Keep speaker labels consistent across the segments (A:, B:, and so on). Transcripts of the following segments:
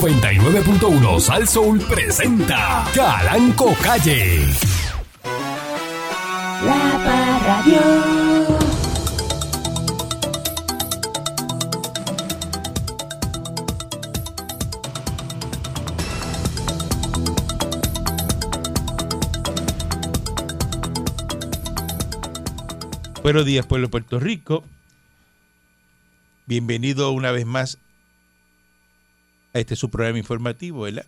A: 99.1 Sal Soul presenta Calanco Calle.
B: La Parradio.
C: Buenos días, pueblo de Puerto Rico. Bienvenido una vez más a este su programa informativo, ¿verdad?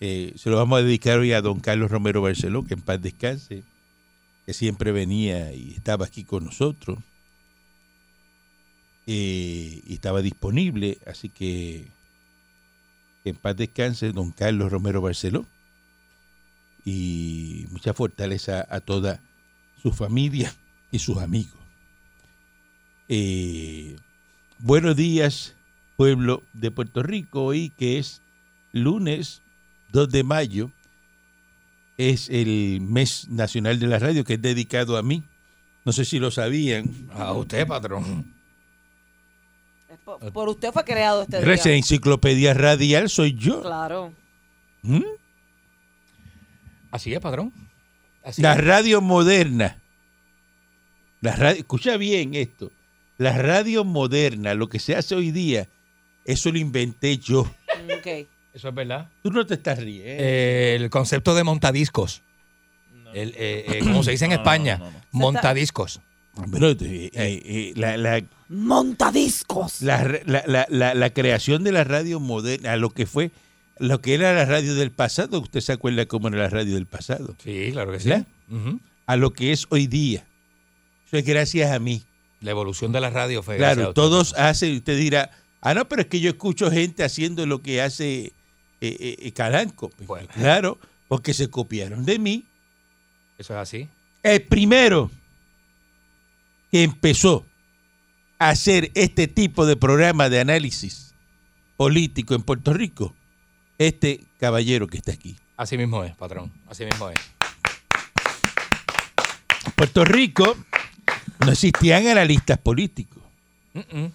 C: Eh, se lo vamos a dedicar hoy a don Carlos Romero Barceló, que en paz descanse, que siempre venía y estaba aquí con nosotros. eh, y estaba disponible, así que que en paz descanse don Carlos Romero Barceló. Y mucha fortaleza a toda su familia y sus amigos. Eh, buenos días, pueblo de Puerto Rico, hoy que es lunes 2 de mayo, es el mes nacional de la radio que es dedicado a mí. No sé si lo sabían.
D: A usted, patrón.
E: Por, por usted fue creado este
C: Gracias,
E: día.
C: enciclopedia radial soy yo.
E: Claro.
C: ¿Mm?
D: Así es, patrón. Así
C: La
D: es.
C: radio moderna. La radio, escucha bien esto. La radio moderna, lo que se hace hoy día, eso lo inventé yo.
E: Mm, Ok.
D: Eso es verdad.
C: Tú no te estás riendo.
D: Eh, el concepto de montadiscos. El, eh, eh, como se dice en España, montadiscos.
C: Pero, eh, eh, eh, la, la-
E: Montadiscos.
C: la- la- la- la- la creación de la radio moderna, lo que fue, lo que era la radio del pasado, usted se acuerda cómo era la radio del pasado,
D: Sí, claro que sí.
C: ¿verdad?
D: Ujú.
C: A lo que es hoy día. Eso es gracias a mí.
D: La evolución de la radio fue. gracias a
C: Claro,
D: usted.
C: todos hacen, usted dirá, ah, no, pero es que yo escucho gente haciendo lo que hace eh, eh, eh, Calanco. Pues,
D: Bueno.
C: Claro, porque se copiaron de mí.
D: Eso es así.
C: El primero que empezó a hacer este tipo de programa de análisis político en Puerto Rico, este caballero que está aquí.
D: Así mismo es, patrón. Así mismo es.
C: En Puerto Rico no existían analistas políticos.
D: Mm-mm.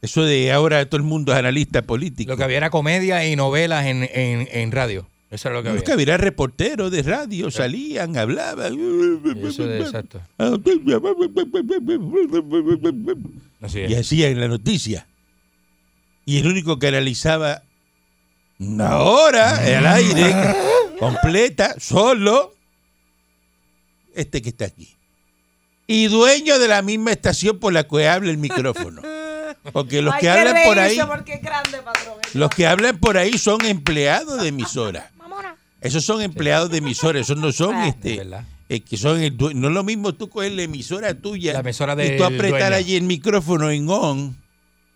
C: Eso de ahora todo el mundo es analista político.
D: Lo que había era comedia y novelas en, en- en radio. Eso era lo que había.
C: Los que había reporteros de radio, salían, hablaban. Ah,
D: Eso es exacto. Así es.
C: y hacían la noticia. Y el único que analizaba una hora eh, al aire, completa, solo, este que está aquí. Y dueño de la misma estación por la que habla el micrófono. Porque los
E: Hay
C: que hablan por ahí,
E: reírse porque es grande, patrón.
C: los que hablan por ahí son empleados de emisora.
E: Mamona.
C: Esos son empleados de emisora, esos no son
E: Ah.
C: este.
D: ¿Verdad?
C: eh, que son el due- no es lo mismo tú coger la emisora tuya
D: La emisora
C: y tú
D: del
C: apretar
D: dueño.
C: allí el micrófono en on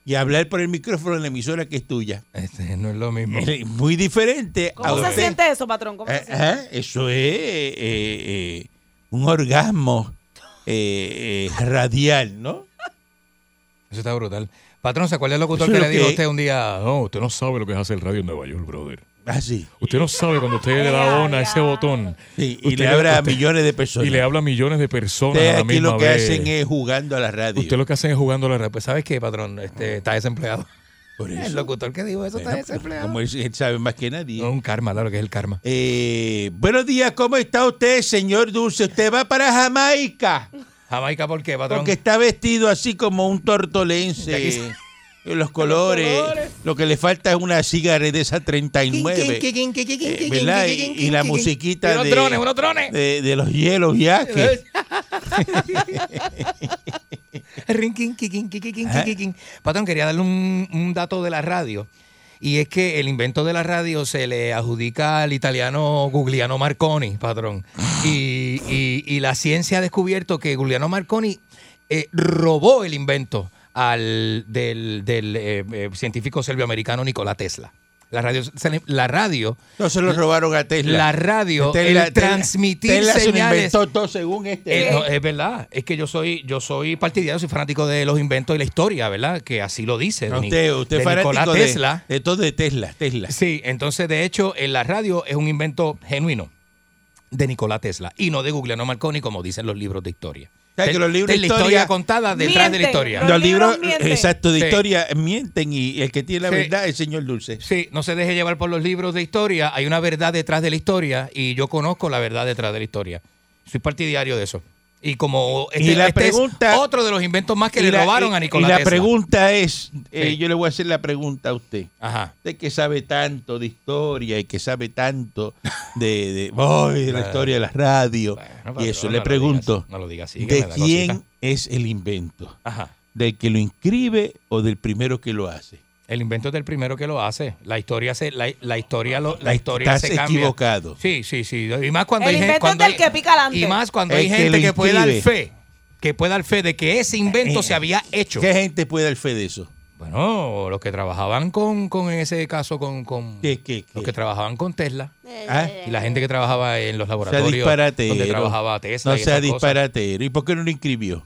C: y hablar por el micrófono en la emisora que es tuya.
D: Este, no es lo mismo.
C: Es muy diferente. a
E: ¿Cómo se
C: usted.
E: siente eso, patrón? ¿Cómo
C: Ah,
E: se siente?
C: ah, eso es eh, eh, un orgasmo eh, eh, radial, ¿no?
D: Eso está brutal. Patrón, ¿se acuerda el locutor
C: Eso
D: que
C: es
D: le
C: lo
D: dijo
C: que-
D: a usted un día? No,
F: Usted no sabe lo que es hacer radio en Nueva York, brother.
C: Así.
F: Usted no sabe cuando usted le da ona a ese botón
C: Sí, y
F: Usted
C: le
F: le-
C: habla a
F: usted-
C: millones de personas.
F: y le habla a millones de personas
C: Ustedes
F: a la
C: aquí
F: misma
C: lo que
F: vez.
C: hacen es jugando a la radio.
F: Usted lo que hacen es jugando a la radio.
D: Pues ¿sabes qué, patrón? Este, está desempleado.
C: Por eso.
D: El locutor que dijo eso está
C: Bueno, pues,
D: desempleado.
C: como él él sabe más que nadie.
D: No, un karma, claro que es el karma.
C: Eh, buenos días, ¿cómo está usted, señor Dulce? Usted va para Jamaica
D: Jamaica, ¿por qué, patrón?
C: porque está vestido así como un tortolense. Los colores, lo que le falta es una cigarrera de esa 39. eh, ¿Verdad? Y, y la musiquita
D: unos
C: de,
D: drones, unos drones.
C: de- de los hielos viajes.
D: Rin, quin, qui, quin, qui, qui, quin, qui, qui, quin. Patrón, quería darle un, un dato de la radio. Y es que el invento de la radio se le adjudica al italiano Gugliano Marconi, patrón. Y, y- y la ciencia ha descubierto que Gugliano Marconi eh, robó el invento al, del, del, eh, eh, científico serbioamericano Nikola Tesla. La radio, se le- la radio,
C: Entonces lo robaron a Tesla.
D: la radio,
C: Tesla-
D: el transmitir
C: Tesla se lo
D: señales.
C: inventó todo según este.
D: Eh, no, es verdad, es que yo soy, yo soy partidario, soy fanático de los inventos y la historia, ¿verdad? Que así lo dice.
C: No,
D: de Ni-
C: usted usted
D: de
C: es fanático
D: Nikola
C: de,
D: eh, Tesla.
C: de todo de Tesla, Tesla.
D: Sí, entonces de hecho en la radio es un invento genuino de Nikola Tesla y no de Guglielmo Marconi como dicen los libros de historia.
C: sea, que los
D: Esta
C: libros
D: es
C: de
D: la historia,
C: historia,
D: contada detrás de la
E: Mienten.
D: historia.
C: los
E: Los
C: libros,
E: libros mienten.
C: exacto, de
D: Sí.
C: historia mienten y el que tiene la
D: Sí.
C: verdad es el señor Dulce.
D: Sí, no se deje llevar por los libros de historia. Hay una verdad detrás de la historia y yo conozco la verdad detrás de la historia. Soy partidario de eso. Y como este,
C: Y la
D: este es
C: pregunta-
D: otro de los inventos más que
C: Y
D: le
C: la- eh,
D: robaron
C: y-
D: a Nicolás
C: Y la
D: Tesla.
C: pregunta es, eh,
D: Sí.
C: yo le voy a hacer la pregunta a usted.
D: Ajá.
C: Usted que sabe tanto de historia y que sabe tanto de, de- ay, de la historia de la radio.
D: Bueno,
C: y
D: patrón,
C: eso
D: no
C: le
D: lo
C: pregunto,
D: digas, no lo digas así, que me
C: ¿de
D: da
C: quién
D: cosita.
C: es el invento?
D: Ajá.
C: ¿Del que lo inscribe o del primero que lo hace?
D: El invento es del primero que lo hace. La historia se, la, la historia, lo- la historia
C: Estás
D: se cambia.
C: equivocado.
D: Sí, sí, sí. Y más cuando
E: El
D: hay gente.
E: invento
D: cuando
E: es del
D: hay-
E: que pica adelante.
D: Y más cuando hay
C: El que
D: gente
C: lo
D: que puede dar
C: inscribe. Eh,
D: fe. Que puede dar fe de que ese invento se había hecho.
C: ¿Qué gente puede dar fe de eso?
D: Bueno, los que trabajaban con, con en ese caso, con, con
C: ¿Qué, qué, qué?
D: los que trabajaban con Tesla
C: ¿Ah?
E: Eh.
D: y la gente que trabajaba en los
C: O sea,
D: laboratorios
C: disparatero.
D: donde trabajaba Tesla.
C: No
D: y
C: sea
D: esas cosas.
C: disparatero. ¿Y por qué no lo inscribió?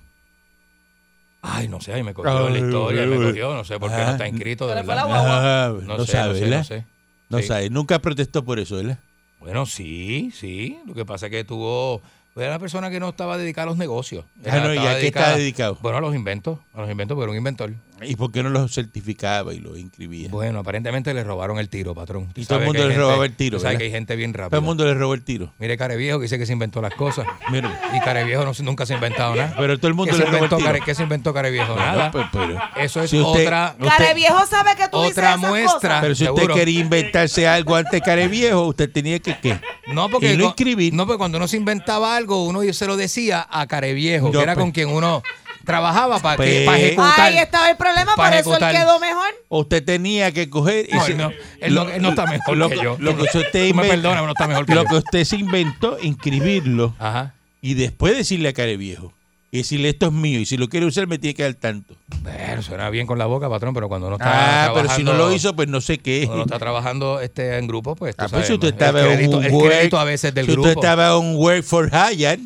D: Ay, no sé, ahí me cogió en la
C: Ay,
D: historia,
C: ay,
D: me
C: ay.
D: cogió, no sé por qué
C: Ah.
D: no está inscrito, de
E: Se le fue
D: verdad.
E: la guagua.
C: Ah,
D: No,
C: no,
D: sé,
C: sabe,
D: no sé,
C: ¿verdad?
D: no sé.
C: No
D: Sí.
C: sabe. Nunca protestó por eso, ¿verdad?
D: Bueno, sí, sí. Lo que pasa es que tuvo. Era una persona que no estaba dedicada a los negocios.
C: Ah, no, ¿y
D: estaba
C: a qué estaba dedicado?
D: Bueno, a los inventos. A los inventos, porque era un inventor.
C: ¿Y por qué no lo certificaba y lo inscribía?
D: Bueno, aparentemente le robaron el tiro, patrón. Tú
C: Y todo el
D: sabes
C: mundo
D: que hay
C: le
D: gente-
C: robaba el tiro,
D: tú sabes
C: ¿verdad?
D: que hay gente bien rápida.
C: Todo el mundo le robó el tiro.
D: Mire, Careviejo, que dice que se inventó las cosas.
C: Mire.
D: Y Careviejo no se- nunca se ha inventado nada.
C: Pero todo el mundo
D: ¿Qué
C: le
D: se
C: robó el
D: inventó
C: tiro?
D: Care- ¿Qué se inventó Careviejo?
C: Bueno,
D: Nada.
C: pues, pero-
D: Eso es
C: Si usted-
D: otra.
C: usted-
E: Careviejo sabe que tú dices
D: Otra
E: esas
D: muestra.
E: cosas.
C: Pero si
D: Ah, Seguro.
C: usted quería inventarse algo antes Careviejo, usted tenía que qué.
D: No, porque
C: Y lo
D: cu-
C: inscribí.
D: No, porque cuando uno se inventaba algo, uno se lo decía a Careviejo,
C: Yo,
D: que era
C: pues.
D: con quien uno trabajaba para que
C: Pues.
D: para ejecutar.
E: Ahí estaba el problema,
D: Para
E: por eso él
D: ejecutar.
E: quedó mejor.
C: O usted tenía que coger. y
D: No,
C: se-
D: él no, él no- él no está mejor
C: lo,
D: que yo.
C: Lo que usted
D: Tú me
C: inven-
D: perdonas, pero no está mejor que
C: lo
D: yo.
C: que usted se inventó, inscribirlo
D: Ajá.
C: y después decirle a Careviejo. Y decirle, esto es mío. Y si lo quiere usar, me tiene que dar tanto.
D: Bueno, suena bien con la boca, patrón, pero cuando uno está
C: Ah, pero si no
D: trabajando-
C: lo hizo, pues no sé qué es.
D: cuando uno está trabajando este en grupo, pues tú
C: Ah, pues
D: sabes,
C: si usted
D: el
C: estaba en
D: crédito,
C: un
D: el
C: work-
D: crédito a veces del
C: si
D: grupo.
C: usted estaba en un work for hire,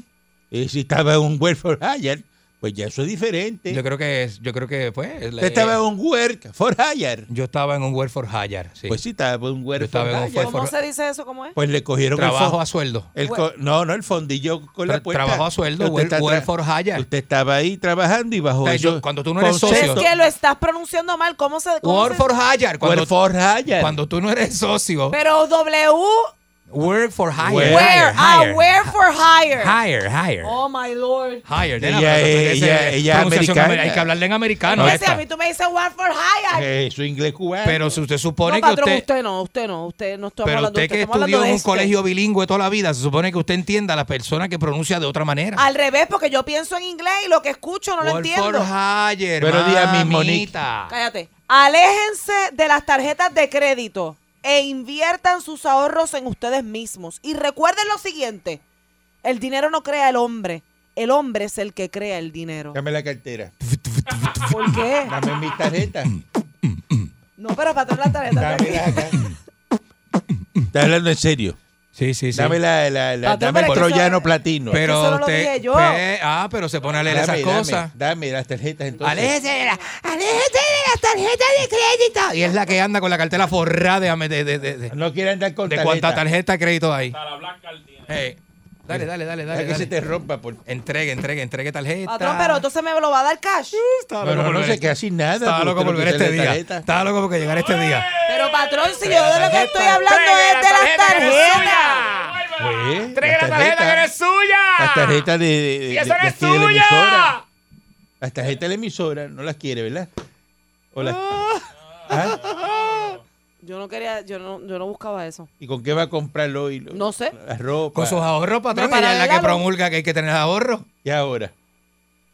C: eh, si estaba en un work for hire, pues ya eso es diferente.
D: Yo creo que es, yo creo que pues
C: usted estaba en un work for hire.
D: yo estaba en un work for hire, sí.
C: Pues sí, estaba en un
D: Yo
C: work for
D: estaba en un
C: hire.
D: Pues,
E: ¿Cómo
D: for-
E: se dice eso? ¿Cómo es?
C: Pues le cogieron el
D: trabajo
C: fon-
D: a sueldo.
C: el co- no, no, el fondillo con la
D: Tra-
C: puerta.
D: trabajo a sueldo,
C: Usted
D: work-
C: está tra-
D: work for hire.
C: Usted estaba ahí trabajando y bajo
D: O sea, yo-
C: esos
D: cuando tú no eres
C: conceptos-
D: socio-
E: Es que lo estás pronunciando mal. ¿Cómo se cómo
D: Work
E: se-
D: for hire, cuando,
C: Work for hire.
D: cuando tú no eres socio,
E: Pero W,
D: work for hire.
C: Where-
E: where, ah,
D: hire,
E: where for hire.
D: hire, hire.
E: Oh my lord.
D: Hire,
C: Ella es-
D: pero tiene que ser
C: ella- ella es
D: pronunciación
C: americana.
D: amer- Hay que hablarle en
C: Ah,
D: americano.
E: Fíjese,
D: esta.
E: a mí tú me dices work for hire.
C: Eh, su inglés cubano.
D: Pero si usted supone
E: no,
D: que
E: patrón,
D: usted,
E: usted... no, usted no, usted no estamos
D: pero
E: hablando de
D: usted que
E: estamos hablando
D: estudió en
E: de
D: un
E: este.
D: colegio bilingüe toda la vida, se supone que usted entienda a las personas que pronuncia de otra manera.
E: Al revés, porque yo pienso en inglés y lo que escucho no lo
D: Work for
E: entiendo.
D: hire,
C: Buenos días, Miss Monique.
D: mamita.
E: Cállate. Aléjense de las tarjetas de crédito e inviertan sus ahorros en ustedes mismos. Y recuerden lo siguiente: el dinero no crea el hombre. El hombre es el que crea el dinero.
C: Dame la cartera.
D: pues,
E: ¿Por qué?
C: Dame mi tarjeta.
E: No, pero patrón, la tarjeta.
C: Dame la Está hablando en serio.
D: Sí, sí, sí.
C: Dame la, la, la-
E: Patrón,
C: dame el
E: pero es que eso-
C: troyano platino.
E: Pero eso no lo dije yo.
D: pe- ah, pero se pone a leer esas cosas.
C: Dame las tarjetas entonces.
D: Aléjese de, la- aléjese de las tarjetas de crédito. Y es la que anda con la cartera forrada de, de, de, de, de,
C: No quiere andar con
D: de
C: tarjeta.
D: cuánta tarjeta de crédito hay. Eh, dale, dale, dale,
C: Deja
D: dale.
C: que se
D: dale.
C: te rompa. Por...
D: Entregue, entregue, entregue tarjeta.
E: Patrón, pero entonces me lo va a dar cash.
D: Estaba
C: Pero
D: loco por
C: no
D: ver
C: sé
D: este-
C: qué así nada.
D: Estaba
C: porque
D: loco por
C: usted
D: ver
C: no
D: este
C: quiere
D: día.
C: tarjeta.
D: Estaba loco porque llegar este día.
E: Pero patrón, si yo de lo que estoy hablando es de las tarjetas.
C: Pues,
F: Entregue la tarjeta que eres suya.
C: Las tarjetas de, de, de-
F: ¡Y eso
C: de-
F: no es
C: de la
F: tuya!
C: emisora. Las tarjetas de la emisora no las quiere, ¿verdad? O las- ¿Ah?
E: Yo no quería, yo no, yo no buscaba eso.
C: ¿Y con qué va a comprarlo hoy? Lo-
E: No sé.
C: La ropa.
D: Con sus ahorros, patrón,
E: Pero
D: ella
E: para
D: es la que
E: regalarlo.
D: promulga que hay que tener ahorros.
C: ¿Y ahora?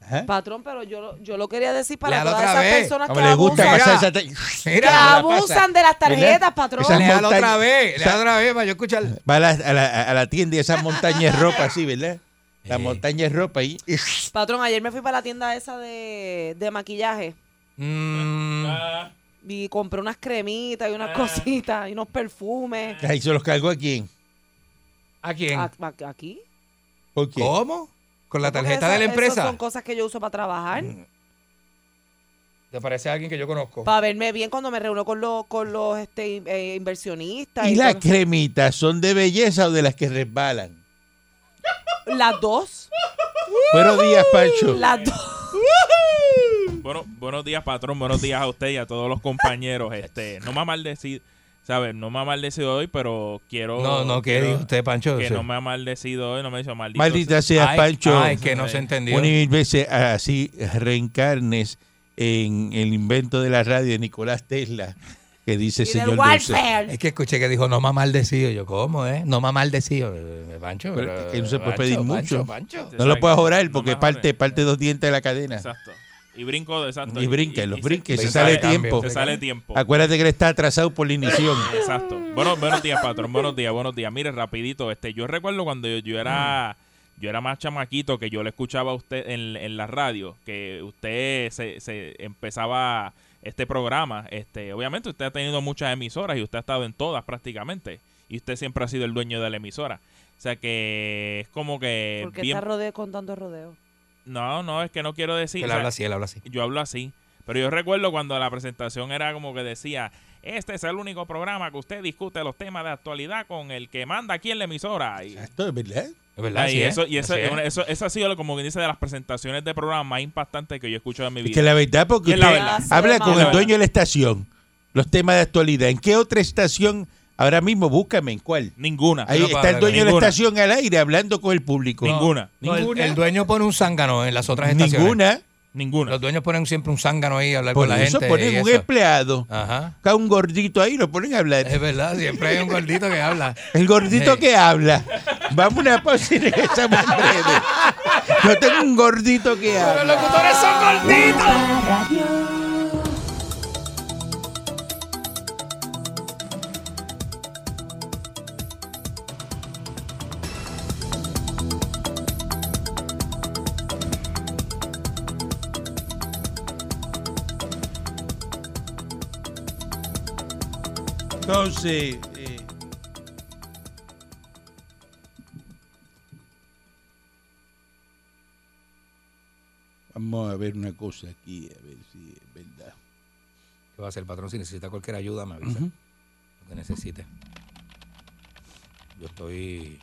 C: Ajá.
E: Patrón, pero yo, lo- yo lo quería decir para
D: Lea la
E: todas
D: otra
E: esas
D: vez.
E: personas
C: Como
E: que
C: le gusta
E: abusan.
C: pasar esa
E: que
D: Mira,
C: la pasa,
E: abusan de las tarjetas,
C: ¿verdad?
E: patrón.
C: Esa
D: léala
C: montaña-
D: otra vez,
C: esa-
D: léala otra vez para yo escuchar.
C: Va a la, a la, a la tienda y esas montañas de ropa así, ¿verdad? La
D: Sí.
C: montaña de ropa ahí.
E: Patrón, ayer me fui para la tienda esa de, de maquillaje
D: Mm,
F: Ah.
E: y compré unas cremitas y unas cositas y unos perfumes.
C: Ahí se los cargo a quién.
D: ¿A quién?
E: A- a- ¿Aquí?
C: ¿Por qué?
B: Oh.
D: ¿Cómo? ¿Con la
E: Ah. Porque
D: tarjeta
E: eso-
D: de la
E: eso
D: empresa?
E: son cosas que yo uso para trabajar,
D: ¿Te parece a alguien que yo conozco?
E: para verme bien cuando me reúno con los, con los este, in- eh, inversionistas.
C: ¿Y las
E: todo.
C: cremitas son de belleza o de las que resbalan?
E: Las dos.
C: Buenos días, Pancho.
E: Las dos.
B: Bueno, buenos días, patrón. Buenos días a usted y a todos los compañeros. Este, no me ha maldecido, ¿sabes? No me ha maldecido hoy, pero quiero.
D: No, no, ¿qué
B: quiero-
D: dijo usted, Pancho?
B: Que
D: Sí.
B: no me ha maldecido hoy, no me ha dicho maldito.
C: Maldita
B: sea.
C: sea,
D: Ay,
C: Pancho.
D: Ay, que no se entendió.
C: Una y mil veces así reencarnes en el invento de la radio de Nicolás Tesla, que dice
E: Y del
C: señor Dulce.
E: welfare.
D: Es que escuché que dijo no más maldecido. Yo, ¿cómo, eh? No más maldecido. Eh, Pancho,
C: Pero
D: pero-
C: es que no se puede
D: Pancho,
C: pedir
D: Pancho,
C: mucho.
D: Pancho.
C: No lo puedes orar porque
B: No me
C: parte,
B: jode.
C: parte dos dientes de la cadena.
B: Exacto. Y brinco de exacto.
C: Y brinca, los brinca y
D: se sale tiempo.
B: Se sale tiempo.
C: Acuérdate que él está atrasado por la inición.
B: Exacto. Bueno, buenos días, patrón. Buenos días, buenos días. Mire, rapidito, este, yo recuerdo cuando yo, yo era yo era más chamaquito que yo le escuchaba a usted en, en la radio, que usted se, se empezaba este programa. Este, obviamente usted ha tenido muchas emisoras y usted ha estado en todas prácticamente. Y usted siempre ha sido el dueño de la emisora. O sea que es como que
E: Porque
B: Eh, bien-
E: está rodeo con tanto rodeo.
B: no, no, es que no quiero decir.
D: Él
B: o sea,
D: habla así, él habla así.
B: yo hablo así. Pero yo recuerdo cuando la presentación era como que decía, este es el único programa que usted discute los temas de actualidad con el que manda aquí en la emisora. Y,
C: Exacto, es verdad.
D: Es verdad.
B: Ah,
D: así
B: y
D: es,
B: eso, y eso,
D: así es.
B: una- eso, eso ha sido como que dice de las presentaciones de programa más impactantes que yo he escuchado en mi
C: Es
B: vida.
C: que la verdad, porque
B: Y es la
C: usted
B: verdad.
C: habla
E: Es
C: con
E: la
C: el
B: verdad.
C: dueño de la estación, los temas de actualidad. ¿En qué otra estación? Ahora mismo, búscame en cuál.
B: Ninguna.
C: Ahí
D: no
C: está
D: para,
C: el dueño de la
B: ninguna.
C: estación al aire hablando con el público.
B: Ninguna.
D: No, el-
C: Ninguna.
D: El, dueño pone un zángano en las otras estaciones.
C: Ninguna.
B: Ninguna.
D: Los dueños ponen siempre un zángano ahí a hablar
C: Por
D: con la
C: eso
D: gente. y
C: ponen un
D: eso.
C: empleado,
D: Ajá.
C: acá un gordito ahí, lo ponen a hablar.
D: Es verdad, siempre hay un gordito que habla.
C: El gordito
D: Sí.
C: que habla. Vamos a una pausa y regresamos en breve. Yo tengo un gordito que habla.
F: locutores son gorditos.
C: Entonces, eh, vamos a ver una cosa aquí, a ver si es verdad.
D: ¿Qué va a hacer el patrón? Si necesita cualquier ayuda, me avisa. Lo que necesite. Yo estoy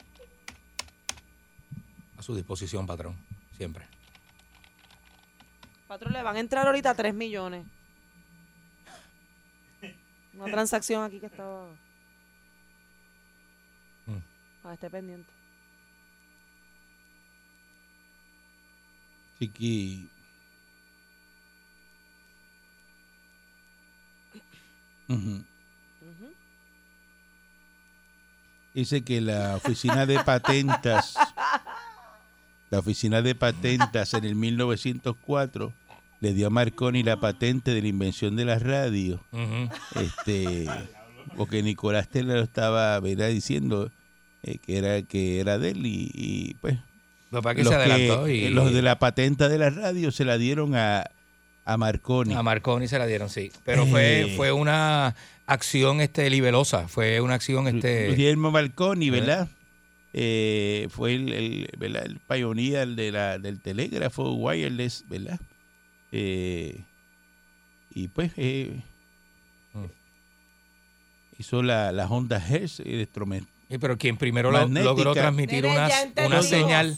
D: a su disposición, patrón. Siempre.
E: Patrón, le van a entrar ahorita 3 millones. Una transacción aquí que estaba.
D: Mm.
E: Ah, esté pendiente.
C: Así que. Ujú. Dice que la oficina de patentas, la oficina de patentas en el 1904 le dio a Marconi la patente de la invención de la radio este porque Nicolás Tesla lo estaba ¿verdad? diciendo eh, que era que era de él y, y, pues
D: Lo que pasa es que
C: los,
D: se adelantó
C: que- eh,
D: y
C: los de la patenta de la radio se la dieron a, a Marconi
D: a Marconi se la dieron, sí. Pero fue,
C: Eh.
D: fue una acción este libelosa. Fue una acción este.
C: Guillermo Marconi ¿verdad? Eh, fue el, el, ¿verdad? el pioneer de la, del telégrafo wireless ¿verdad? Eh, y pues eh,
D: Mm.
C: hizo la, la Honda Hertz electromagnética
D: Eh, Pero quien primero lo-
C: Magnética.
D: logró transmitir
E: Nene,
D: una,
E: ya
D: una
E: entendimos.
D: señal.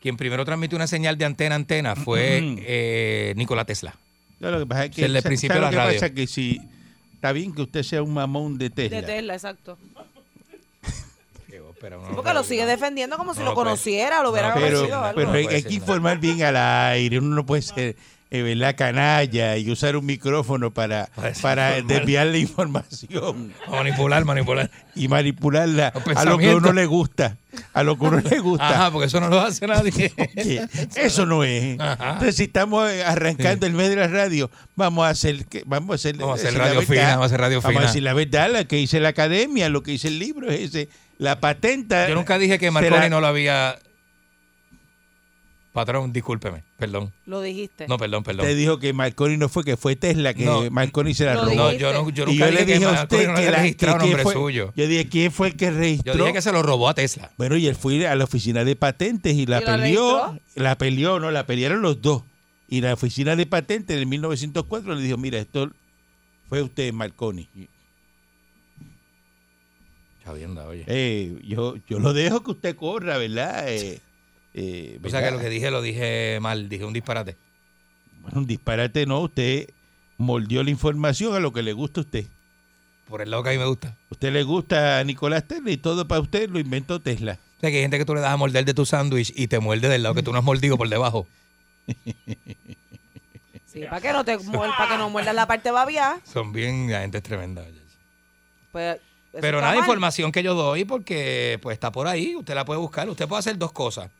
D: Quien primero transmitió una señal de antena a antena fue
C: Ujú.
D: eh, Nikola Tesla.
C: No, lo que pasa es que,
D: Es el de
C: ¿sabe-
D: principio
C: sabe lo
D: de la
C: que
D: radio.
C: pasa? Que si está bien que usted sea un mamón de Tesla.
E: De Tesla, exacto.
D: Pero no
E: Porque lo sigue defendiendo como si
D: No
E: lo
D: lo puede.
E: conociera, lo hubiera
D: No lo puede
E: conocido.
D: decir,
E: o
D: no.
C: pero,
E: algo.
C: pero
D: No
C: hay,
D: puede
C: hay
D: ser
C: que
D: nada.
C: informar bien al aire. Uno no puede ser eh, ¿verdad? canalla y usar un micrófono para,
D: Puede ser
C: para
D: informal.
C: desviar la información
D: Manipular, manipular.
C: y manipularla
D: Los
C: a lo que a uno
D: pensamientos.
C: le gusta. A lo que a uno le gusta.
D: Ajá, porque eso no lo hace nadie.
C: Que Eh, Eso no es.
D: Ajá.
C: Entonces, si estamos eh, arrancando el mes de la radio, vamos a hacer que- vamos a hacer,
D: Vamos a hacer
C: decir la
D: radio
C: verdad.
D: fina, vamos a hacer radio
C: Vamos a
D: fina.
C: decir la verdad, la que dice la academia, lo que dice el libro, es ese, la patenta.
D: Yo nunca dije que Marconi
C: será-
D: no lo había. Patrón, discúlpeme. Perdón.
E: Lo dijiste.
D: No, perdón, perdón.
C: Usted dijo que Marconi no fue, que fue Tesla, que
D: No.
C: Marconi se la
E: Lo
C: robó.
D: No,
E: dijiste.
D: yo, no, yo
C: y
D: nunca
C: yo le
D: dije
C: dije
D: que
C: a
D: Marconi
C: usted
D: no
C: que
D: había
C: la
D: registrado
C: que
D: nombre
C: fue,
D: suyo.
C: Yo dije, ¿quién fue el que
D: Yo
C: registró?
D: dije que se lo robó a Tesla.
C: Bueno, y él fue a la oficina de patentes y la
E: ¿Y la
C: peleó.
E: registró?
C: la peleó, no, la pelearon los dos. Y la oficina de patentes en 1904 le dijo, mira, esto fue usted, Marconi.
D: Chavienda, oye.
C: Eh, yo, yo lo dejo que usted corra, ¿verdad? Eh, eh,
D: O sea que
C: ¿verdad?
D: lo que dije lo dije mal, dije un disparate.
C: Bueno, un disparate no, usted moldeó la información a lo que le gusta a usted.
D: Por el lado que a mí me gusta.
C: A usted le gusta a Nicolás Tesla y todo para usted lo inventó Tesla.
D: O sea que hay gente que tú le das a morder de tu sándwich y te muerde del lado que tú no has mordido por debajo.
E: Sí, para que no te muer- para que no muerdas la parte babia.
D: Son bien, la gente es tremenda. oye.
E: Pues, eso
D: Pero
E: está
D: nada,
E: mal.
D: información que yo doy porque pues está por ahí, usted la puede buscar. Usted puede hacer dos cosas.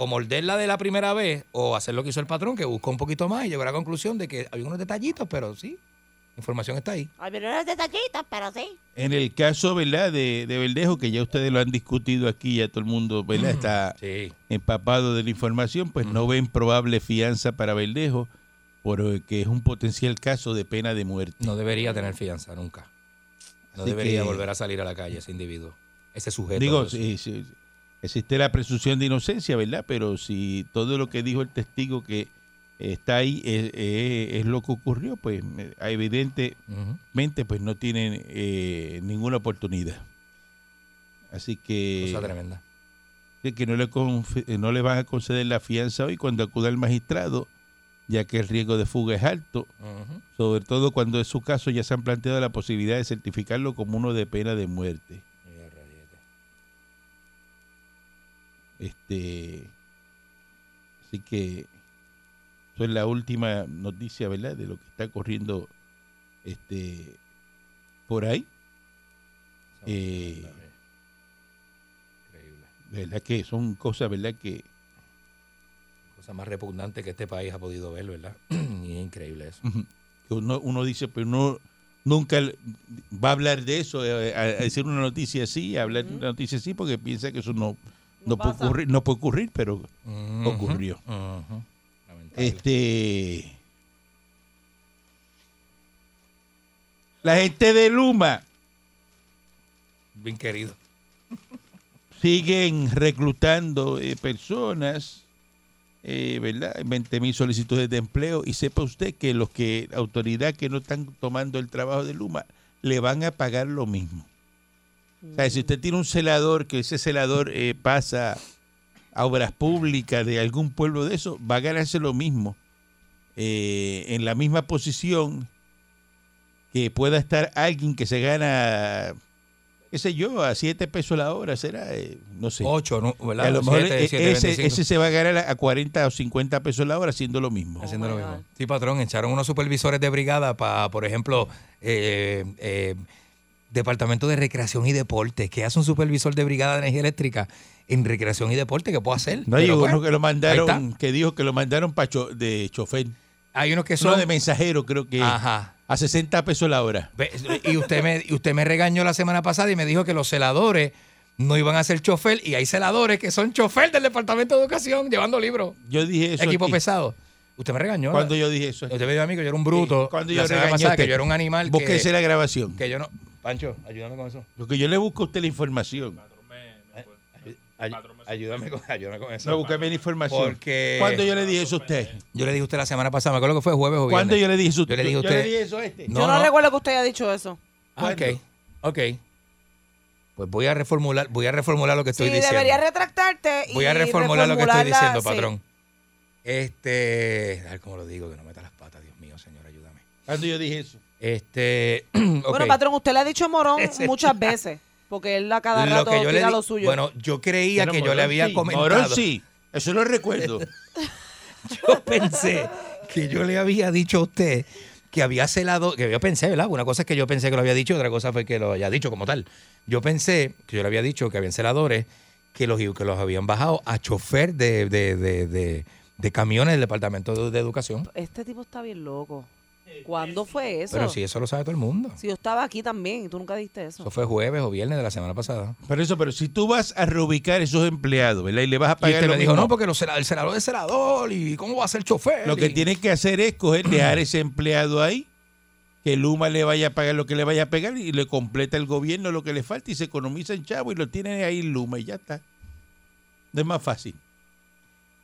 D: O morderla de la primera vez o hacer lo que hizo el patrón, que buscó un poquito más y llegó a la conclusión de que hay unos detallitos, pero sí, la información está ahí.
G: Ay, pero no es de taquitos, pero sí.
C: En el caso, ¿verdad?, de, de Verdejo, que ya ustedes lo han discutido aquí, ya todo el mundo, ¿verdad?, está
D: Sí.
C: empapado de la información, pues no ven probable fianza para Verdejo, porque es un potencial caso de pena de muerte.
D: No debería tener fianza nunca. No
C: Así
D: debería
C: que-
D: volver a salir a la calle ese individuo, ese sujeto.
C: Digo,
D: Pues,
C: sí, sí, sí. existe la presunción de inocencia, ¿verdad? Pero si todo lo que dijo el testigo que está ahí es, es- es lo que ocurrió, pues eh, evidentemente
D: ujú.
C: pues no tienen eh, ninguna oportunidad. Así que,
D: Cosa tremenda.
C: de que no, le conf- eh, no le van a conceder la fianza hoy cuando acuda al magistrado, ya que el riesgo de fuga es alto,
D: Ujú.
C: sobre todo cuando en su caso ya se han planteado la posibilidad de certificarlo como uno de pena de muerte.
D: Mira, rayete.
C: Este, así que eso es la última noticia, ¿verdad? De lo que está corriendo este por ahí. Eh,
D: Increíble.
C: de verdad que son cosas, ¿verdad? Que
D: Cosa más repugnante que este país ha podido ver, ¿verdad? y es increíble eso.
C: que uno, uno dice, pero no nunca l- va a hablar de eso, eh, a, a decir una noticia así, a hablar de una noticia así, porque piensa que eso no, no, puede,
E: pasa.
C: ocurrir, no puede ocurrir, pero
D: Ujú.
C: ocurrió.
D: Ujú. Lamentable.
C: Este. La gente de Luma
D: Bien querido.
C: siguen reclutando eh, personas, eh, ¿verdad? 20 mil solicitudes de empleo. Y sepa usted que los que, autoridad que no están tomando el trabajo de Luma, le van a pagar lo mismo. O sea, si usted tiene un celador, que ese celador eh, pasa a obras públicas de algún pueblo de eso, va a ganarse lo mismo. eh, en la misma posición que pueda estar alguien que se gana, qué sé yo, a 7 pesos la hora, será, Eh, no sé.
D: Ocho, ¿no?
C: Y
D: ¿verdad?
C: a lo mejor
D: Siete,
C: eh,
D: siete,
C: ese,
D: 25.
C: ese se va a ganar a 40 o 50 pesos la hora haciendo lo mismo.
D: haciendo
E: Oh
D: lo
E: my
D: mismo.
E: God.
D: Sí, patrón, echaron unos supervisores de brigada para, por ejemplo, eh, eh, Departamento de Recreación y Deporte. ¿Qué hace un supervisor de brigada de energía eléctrica en Recreación y Deporte? ¿Qué puedo hacer?
C: No hay
D: Pero,
C: uno
D: bueno,
C: que lo
D: ahí
C: mandaron, que dijo que lo mandaron pa cho- de chofer.
D: hay unos que
C: Uno
D: son...
C: de mensajero, creo que.
D: Ajá.
C: A 60 pesos la hora.
D: Ve- Y usted me, y usted me regañó la semana pasada y me dijo que los celadores no iban a ser chofer y hay celadores que son chofer del Departamento de Educación llevando libros,
C: Yo dije eso.
D: equipo
C: aquí.
D: pesado. Usted me regañó.
C: Cuando yo dije eso. aquí.
D: Usted me dijo a mí que yo era un bruto.
C: Sí, Cuando
D: la
C: yo
D: semana
C: regañé a
D: pasada,
C: usted.
D: que yo era un animal que,
C: Búsquese la grabación.
D: que yo no... Pancho, ayúdame con eso.
C: Lo que yo le busco a usted la información.
D: Ay- ayúdame, con, ayúdame con eso.
C: No, búscame la información.
D: Porque-
C: Cuando yo le dije eso a usted.
D: Yo le dije a usted la semana pasada, me acuerdo que fue jueves o viernes.
C: Cuando yo le dije eso a
D: Yo
C: usted.
D: le dije a usted-
C: eso a este.
D: No,
E: Yo no,
D: no.
E: recuerdo que usted haya dicho eso.
D: Ah, ok, ok. Pues voy a reformular, voy a reformular lo que
E: Sí,
D: estoy diciendo.
E: debería retractarte y
D: Voy a reformular lo que estoy
E: reformularla,
D: diciendo,
E: sí.
D: patrón. Este, a ver cómo lo digo, que no meta las patas, Dios mío, señor, ayúdame.
C: Cuando yo dije eso.
D: Este,
E: Bueno,
D: ok.
E: patrón, usted le ha dicho morón
D: Ese-
E: muchas veces, porque él a cada rato
D: yo
E: tira
D: di-
E: lo suyo.
D: Bueno, yo creía
C: Pero
D: que yo
C: Morón
D: le había
C: sí,
D: comentado.
C: Morón sí. Eso lo recuerdo.
D: Yo pensé que yo le había dicho a usted que había celado, que yo pensé, ¿verdad? Una cosa es que yo pensé que lo había dicho, otra cosa fue que lo haya dicho como tal. Yo pensé que yo le había dicho que habían celadores que los, que los habían bajado a chofer de, de, de, de- de camiones del Departamento de, de Educación.
E: este tipo está bien loco. ¿Cuándo fue eso?
D: Pero sí, eso lo sabe todo el mundo.
E: Si yo estaba aquí también y tú nunca diste eso.
D: Eso fue jueves o viernes de la semana pasada.
C: Por eso, pero si tú vas a reubicar esos empleados, ¿verdad? Y le vas a
D: Y
C: pagar
D: usted
C: lo
D: me dijo,
C: mismo,
D: no, porque los cela- el celador es celador y cómo va a ser chofer.
C: Lo que
D: Y-
C: tienes que hacer es coger, dejar ese empleado ahí, que Luma le vaya a pagar lo que le vaya a pagar y le completa el gobierno lo que le falta y se economiza en chavo y lo tiene ahí Luma y ya está. No es más fácil.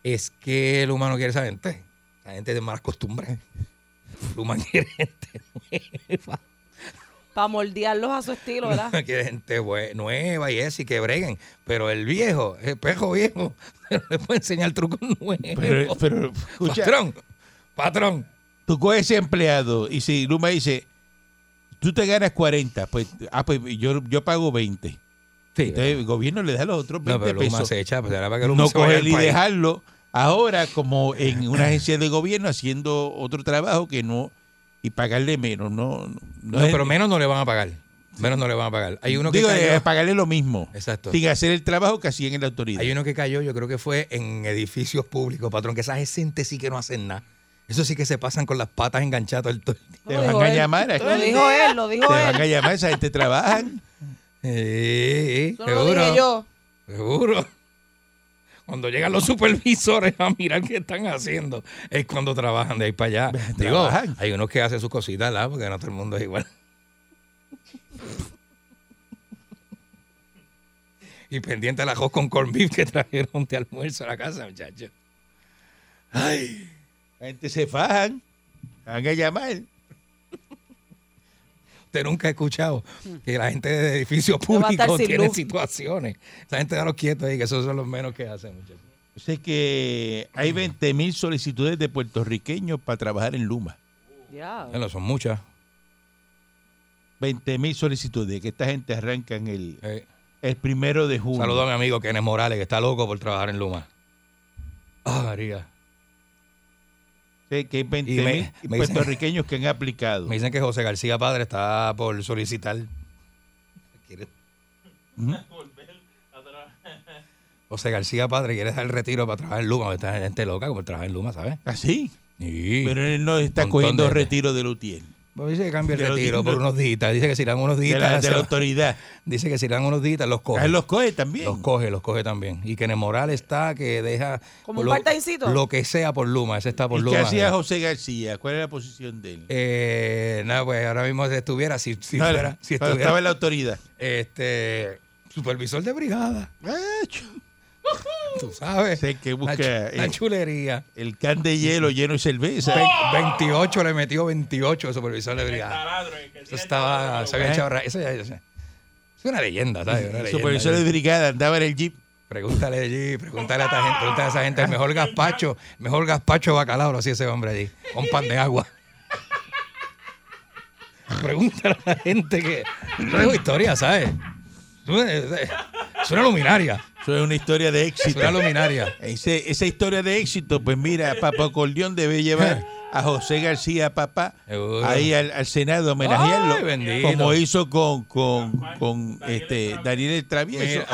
D: Es que el humano quiere esa gente. La gente de malas costumbres. El humano quiere gente nueva.
E: Para moldearlos a su estilo, ¿verdad?
D: que gente bue- nueva y eso, y que breguen. Pero el viejo, el pejo viejo, le puede enseñar trucos nuevos.
C: Pero, pero, escucha,
D: patrón, patrón.
C: tú coges ese empleado y si Luma dice, tú te ganas 40, pues, ah, pues yo, yo pago 20.
D: Sí,
C: Entonces el gobierno le da los otros
D: no,
C: 20
D: pero Luma
C: eh, pesos.
D: se echa, pues ahora para que Luma
C: No
D: se vaya del
C: cogerlo y
D: país.
C: dejarlo ahora como en una agencia de gobierno haciendo otro trabajo que no y pagarle menos. No, no,
D: No,
C: es-
D: pero menos no le van a pagar. Menos no le van a pagar. Hay uno que
C: digo,
D: cayó-
C: eh, pagarle lo mismo.
D: Exacto.
C: Sin hacer el trabajo que hacían en la autoridad.
D: Hay uno que cayó, yo creo que fue en edificios públicos, patrón, que esa gente sí que no hacen nada. Eso sí que se pasan con las patas enganchadas todo el- todo el
C: Te
E: Lo
C: van
E: dijo
C: a
E: él.
C: llamar aquí.
E: Lo dijo él, lo
C: Te
E: dijo
C: van a
E: él.
C: llamar, esa gente trabajan.
D: Eh, eh,
E: Eso no lo
D: seguro.
E: dije yo.
D: Seguro. Cuando llegan los supervisores a mirar qué están haciendo, es cuando trabajan de ahí para allá. Digo,
C: Trabajan.
D: hay unos que hacen sus cositas, ¿verdad? Porque no todo el mundo es igual. y pendiente el ajo con corn beef que trajeron de almuerzo a la casa, muchachos.
C: La gente se fajan. Van a llamar.
D: Usted nunca ha escuchado que la gente de edificios
E: Mm. va a estar
D: públicos
E: sin
D: tiene
E: luz.
D: situaciones. Esa gente de los quietos ahí, que esos son los menos que hacen, muchachos.
C: Yo sé que hay 20 mil solicitudes de puertorriqueños para trabajar en Luma.
E: Ya.
D: Bueno, son muchas.
C: 20 mil solicitudes. Que esta gente arranca en el,
D: Eh.
C: el primero de junio.
D: Saludos a mi amigo Kenneth Morales, que está loco por trabajar en Luma. Ah, María.
C: Sé que hay 20
D: Y me-
C: mil
D: me dicen-
C: puertorriqueños que han aplicado.
D: Me dicen que José García Padre está por solicitar. Quiere- José García Padre quiere dar el retiro para trabajar en Luma. porque Esta gente loca por trabajar en Luma, ¿sabes?
C: Así.
D: Sí.
C: ¿Ah, Pero él no está
D: Montón
C: cogiendo
D: de-
C: retiro de Lutiel.
D: Pues dice que cambia el
C: de los-
D: retiro por unos días. Dice que si irán unos
C: De
D: días.
C: la, de
D: se
C: la
D: va-
C: autoridad.
D: Dice que si irán unos días, los coge.
C: Él los coge también.
D: Los coge, los coge también. Y Kenneth Morales está que deja.
E: ¿Como un
D: lo-
E: part-timecito?
D: Lo que sea por Luma. Ese está por
C: ¿Y
D: Luma.
C: qué hacía José García? ¿Cuál era la posición de él?
D: Eh, nada, pues ahora mismo si estuviera, si, si
C: No,
D: fuera, si
C: cuando
D: estuviera,
C: estaba en la autoridad.
D: este, supervisor de brigada,
C: Ah, chu-
D: tú sabes.
C: Sé que busca,
D: Una chu-
C: eh,
D: una chulería.
C: El can de hielo lleno de cerveza.
D: Ve- 28 le metió 28 el supervisor de brigada. Eso estaba,
C: Eh.
D: se había echado ra- eso ya- eso- es una leyenda, ¿sabes? Una
C: El
D: leyenda.
C: supervisor de brigada andaba en el jeep.
D: Pregúntale allí, pregúntale a esta gente, pregúntale a esa gente, el mejor gazpacho, el mejor gazpacho de bacalao lo hacía ese hombre allí, con pan de agua. Pregúntale a la gente que no es historia, ¿sabes? Es una luminaria,
C: Eso es una historia de
D: es
C: éxito.
D: una luminaria.
C: Ese- esa historia de éxito, pues mira, Papá Acordeón debe llevar a José García Papá
D: Seguro.
C: ahí al, al Senado a homenajearlo,
D: Ay, bendito.
C: como hizo con, con, con este Daniel el Travieso.
D: Mira,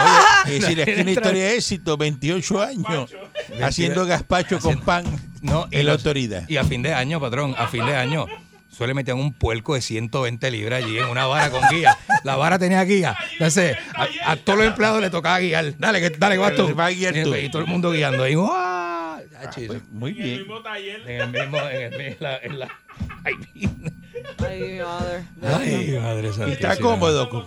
D: oye,
C: es decir, aquí una
D: Daniel el
C: historia de éxito, 28 años, haciendo gazpacho con pan
D: No, y
C: en la
D: los-
C: autoridad.
D: Y a fin de año, patrón, a fin de año, suele meter un puerco de 120 libras allí en una vara con guía. La vara tenía guía. Entonces, a, a todos los empleados le tocaba guiar. Dale, que, dale, que vas tú.
C: Vas a guiar
D: y,
C: tú.
D: y todo el mundo guiando. Y, ¡guau! Ah, chis,
C: Pues, muy bien.
D: en el mismo, en el mismo, en la- en la- Ay,
E: Ay, mi madre.
D: Ay, madre santa.
C: Está cómodo. co-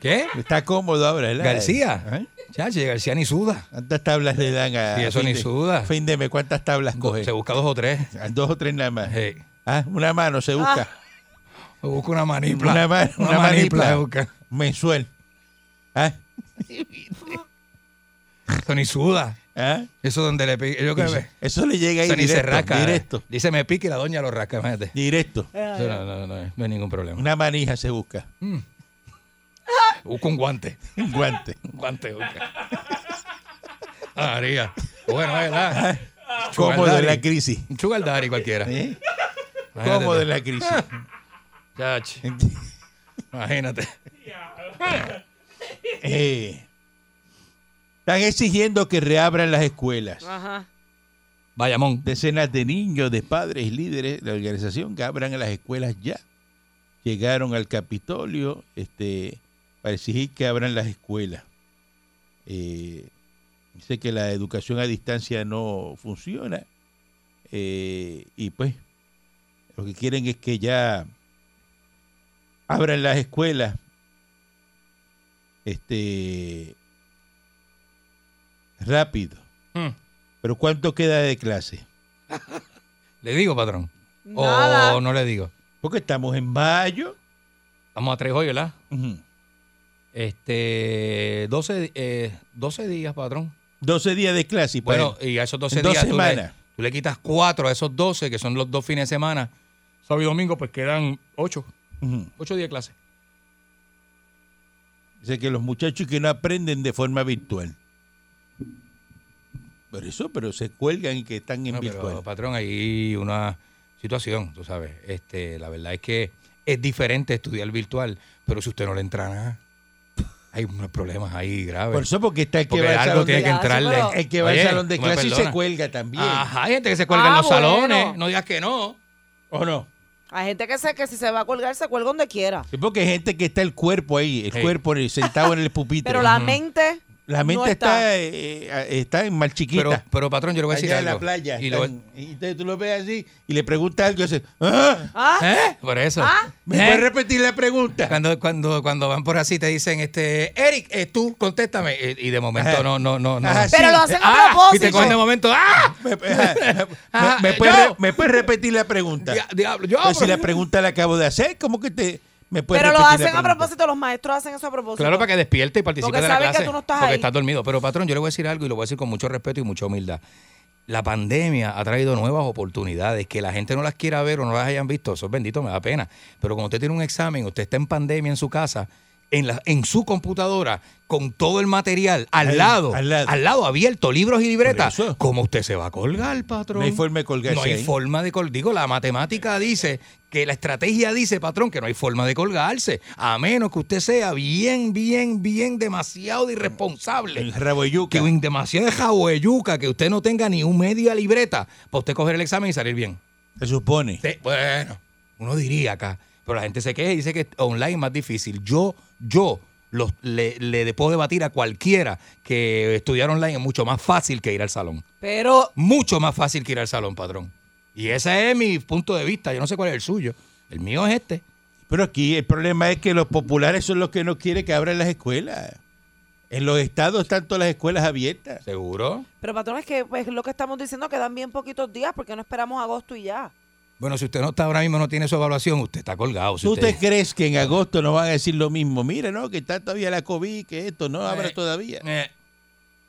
D: ¿Qué?
C: Está cómodo ahora. ¿verdad?
D: García.
C: ¿Eh?
D: Chachi, García ni suda.
C: ¿Cuántas tablas le dan a...
D: Sí, eso
C: fin
D: ni
C: de-
D: suda.
C: Fin de mes, ¿cuántas tablas coge? Ah,
D: Se busca dos o tres.
C: Dos o tres nada más.
D: Sí.
C: Ah, una mano se busca.
D: Se busca una manipla.
C: Una, ma- una
D: Una manipla.
C: manipla.
D: se busca.
C: mensual. ¿Ah?
D: Eso ni suda.
C: ¿Ah?
D: Eso donde le pide. Yo creo que.
C: Eso, eso le llega ahí
D: Eso ni
C: directo,
D: se rasca. eh.
C: directo,
D: Dice, me pique y la doña lo rasca, imagínate.
C: directo.
D: Eso no, no, no, no hay ningún problema.
C: Una manija se busca,
D: Busca un guante.
C: un guante.
D: Un guante, busca. Ah, María. Bueno, ¿verdad? Sugar
C: Cómodo en
D: daddy.
C: la crisis.
D: Un sugar daddy cualquiera.
C: ¿eh?
D: Imagínate
C: Cómodo en
D: tú.
C: la crisis.
D: Chachi, imagínate.
C: Eh, están exigiendo que reabran las escuelas.
E: Ajá.
D: Bayamón.
C: Decenas de niños, de padres y líderes de la organización que abran las escuelas ya. Llegaron al Capitolio este, para exigir que abran las escuelas. Eh, dice que la educación a distancia no funciona. Eh, y pues lo que quieren es que ya abran las escuelas. Este rápido.
D: Hmm.
C: Pero ¿cuánto queda de clase?
D: ¿Le digo, patrón?
E: Nada.
D: ¿O no le digo?
C: Porque estamos en mayo.
D: Vamos a tres hoy, ¿verdad?
C: Ujú.
D: Este, 12, eh, 12 días, patrón.
C: 12 días de clase. pues. y para
D: Bueno, eh,
C: él.
D: y a esos 12
C: En dos
D: días tú le,
C: semanas.
D: tú le quitas cuatro a esos 12, que son los dos fines de semana. Sábado y domingo, pues quedan ocho.
C: Ujú.
D: Ocho días de clase.
C: Dice que los muchachos que no aprenden de forma virtual. Por eso, pero se cuelgan y que están en
D: No, pero,
C: virtual.
D: patrón, hay una situación, tú sabes. Este, la verdad es que es diferente estudiar virtual, pero si usted no le entra nada, hay unos problemas ahí graves.
C: Por eso, porque está el que
D: Porque
C: va al
D: algo
C: salón
D: tiene
C: de,
D: que
E: Ya, sí,
D: entrarle.
E: pero-
C: el que va al
D: Oye,
C: salón de
D: tú me
C: clase y se
D: perdonas.
C: cuelga también.
D: Ajá, hay gente que se cuelga en
E: Ah,
D: los
E: bueno.
D: salones. No digas que no.
C: ¿O no?
E: Hay gente que sé que si se va a colgar, se cuelga donde quiera.
C: Sí, porque hay gente que está el cuerpo ahí, el
D: Sí.
C: cuerpo en el- sentado en el pupitre.
E: Pero la
D: Ujú.
E: mente.
C: La mente
E: no
C: está, eh, eh, está en mal chiquita.
D: Pero, pero patrón, yo le voy a decir
C: allá en
D: algo.
C: la playa.
D: Y lo-
C: están- y entonces tú lo ves así y le preguntas algo y dices, "Ah,
E: Ah,
D: ¿Eh? Por eso.
C: ¿me puedes repetir la pregunta?
D: Cuando, cuando, cuando van por así te dicen, este, Eric, eh, tú contéstame. Eh, Y de momento
C: Ajá.
D: no, no, no, no.
C: Ajá, sí.
E: pero lo hacen
D: Ah,
E: a propósito.
D: Y te cogen de momento, ¡ah!
C: ¿Me, ajá,
D: Ajá,
C: me- me
D: Ah, yo.
C: puedes, re- me puedes repetir la pregunta?
D: Dia- Diablo, yo.
C: Pero si
D: pero-
C: la pregunta la acabo de hacer, ¿cómo que te me puedes
E: Pero lo
C: repetir la
E: hacen a
C: pregunta?
E: propósito, los maestros hacen eso a propósito.
D: Claro, para que despierte y participe
E: Porque
D: de la
E: saben que
D: clase.
E: tú no estás
D: porque
E: ahí.
D: estás dormido. Pero, patrón, yo le voy a decir algo y lo voy a decir con mucho respeto y mucha humildad. La pandemia ha traído nuevas oportunidades que la gente no las quiera ver o no las hayan visto. Eso es bendito, me da pena. Pero cuando usted tiene un examen, usted está en pandemia en su casa, en, la, en su computadora, con todo el material al,
C: Ahí,
D: lado,
C: al
D: al
C: lado.
D: lado, abierto, libros y libretas.
C: Por eso.
D: ¿Cómo usted se va a colgar, patrón?
C: No hay forma de colgarse
D: No hay
C: ahí.
D: forma de colgar. Digo, la matemática dice que la estrategia dice, patrón, que no hay forma de colgarse, a menos que usted sea bien, bien, bien demasiado de irresponsable.
C: El rabo de yuca.
D: Que un demasiado de jabueyuca, que usted no tenga ni un media libreta para usted coger el examen y salir bien.
C: Se supone.
D: Sí, bueno, uno diría acá, pero la gente se queja y dice que online es más difícil. Yo, yo los, le, le puedo debatir a cualquiera que estudiar online es mucho más fácil que ir al salón
E: Pero
D: mucho más fácil que ir al salón, patrón. Y ese es mi punto de vista. Yo no sé cuál es el suyo. El mío es este.
C: Pero aquí el problema es que los populares son los que no quieren que abran las escuelas. En los estados están todas las escuelas abiertas.
D: ¿Seguro?
E: Pero patrón, es que pues, lo que estamos diciendo que dan bien poquitos días porque no esperamos agosto y ya.
D: Bueno, si usted no está ahora mismo, no tiene su evaluación, usted está colgado. Si
C: ¿Tú te
D: usted-
C: crees que en agosto no van a decir lo mismo? Mira, no, que está todavía la COVID, que esto no abra
D: Eh.
C: todavía.
D: Eh,